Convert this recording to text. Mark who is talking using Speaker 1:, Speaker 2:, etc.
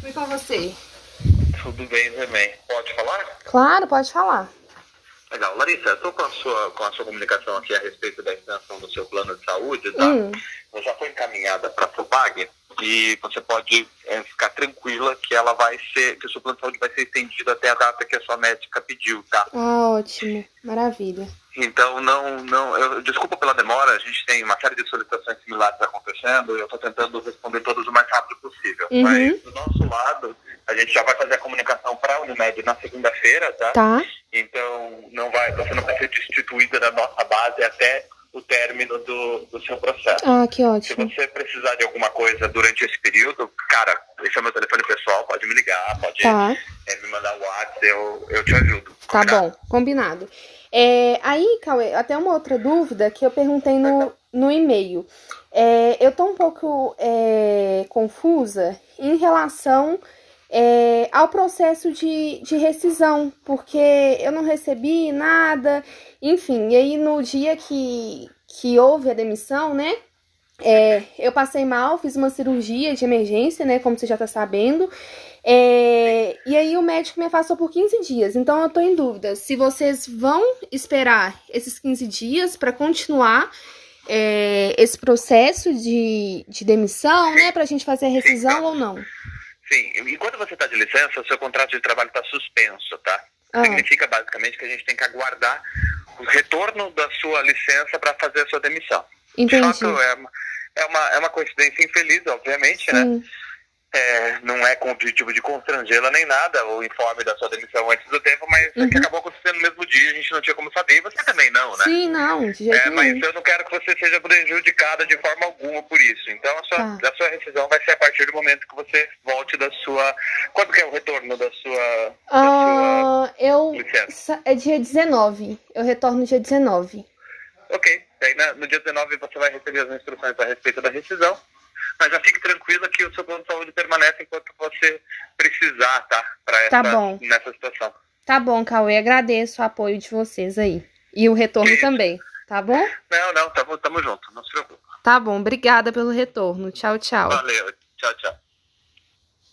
Speaker 1: Como é com você?
Speaker 2: Tudo bem também. Pode falar?
Speaker 1: Claro, pode falar.
Speaker 2: Legal. Larissa, estou com, a sua- com a sua comunicação aqui a respeito da extensão do seu plano de saúde, tá?
Speaker 1: Hum.
Speaker 2: Você já foi encaminhada para a FUBAG e você pode é, ficar tranquila que ela vai ser, que o seu plano de saúde vai ser estendido até a data que a sua médica pediu, tá?
Speaker 1: Ah, ótimo. Maravilha.
Speaker 2: Então, não, não, eu, desculpa pela demora, a gente tem uma série de solicitações similares acontecendo e eu estou tentando responder todas o mais rápido possível.
Speaker 1: Uhum.
Speaker 2: Mas, do nosso lado, a gente já vai fazer a comunicação para a Unimed na segunda-feira, tá?
Speaker 1: Tá?
Speaker 2: Então, não vai, você não vai ser destituída da nossa base até o término do, do seu processo.
Speaker 1: Ah, que
Speaker 2: Se
Speaker 1: ótimo.
Speaker 2: você precisar de alguma coisa durante esse período, cara, esse é meu telefone pessoal, pode me ligar, pode
Speaker 1: Tá,
Speaker 2: eh, me mandar um WhatsApp, eu, eu te ajudo.
Speaker 1: tá
Speaker 2: combinado?
Speaker 1: bom, combinado. É, aí, Cauê, até uma outra dúvida que eu perguntei no, no e-mail. É, eu tô um pouco é, confusa em relação é, ao processo de, de rescisão, porque eu não recebi nada, enfim, e aí no dia que, que houve a demissão, né? é, eu passei mal, fiz uma cirurgia de emergência, né? Como você já tá sabendo. É, e aí o médico me afastou por 15 dias. Então eu tô em dúvida se vocês vão esperar esses 15 dias para continuar é, esse processo de, de demissão, né? Pra gente fazer a rescisão ou não.
Speaker 2: Sim, e quando você está de licença, o seu contrato de trabalho está suspenso, tá?
Speaker 1: Ah,
Speaker 2: Significa basicamente que a gente tem que aguardar o retorno da sua licença para fazer a sua demissão. De
Speaker 1: entendi.
Speaker 2: fato, é uma, é, uma, é uma coincidência infeliz, obviamente, né?
Speaker 1: Sim,
Speaker 2: É, não é com o objetivo de constrangê-la nem nada, o informe da sua demissão antes do tempo, mas isso aqui
Speaker 1: Uhum.
Speaker 2: acabou acontecendo no mesmo dia, a gente não tinha como saber, e você também não, né?
Speaker 1: Sim, não, de jeito
Speaker 2: É,
Speaker 1: nenhum.
Speaker 2: mas eu não quero que você seja prejudicada de forma alguma por isso. Então a sua,
Speaker 1: Tá.
Speaker 2: a sua rescisão vai ser a partir do momento que você volte da sua. Quando que é o retorno da sua, da sua
Speaker 1: Ah, eu.
Speaker 2: licença?
Speaker 1: É dia 19. Eu retorno dia 19.
Speaker 2: Ok. Daí na- no dia 19 você vai receber as instruções a respeito da rescisão. Mas já fique tranquila que o seu plano de saúde permanece enquanto você precisar, tá? Pra
Speaker 1: Tá
Speaker 2: essa-
Speaker 1: bom.
Speaker 2: Nessa situação.
Speaker 1: Tá bom, Cauê, agradeço o apoio de vocês aí. E o retorno
Speaker 2: Isso.
Speaker 1: também, tá bom?
Speaker 2: Não, não, tamo, tamo junto, não se preocupe.
Speaker 1: Tá bom, obrigada pelo retorno. Tchau, tchau.
Speaker 2: Valeu, tchau, tchau.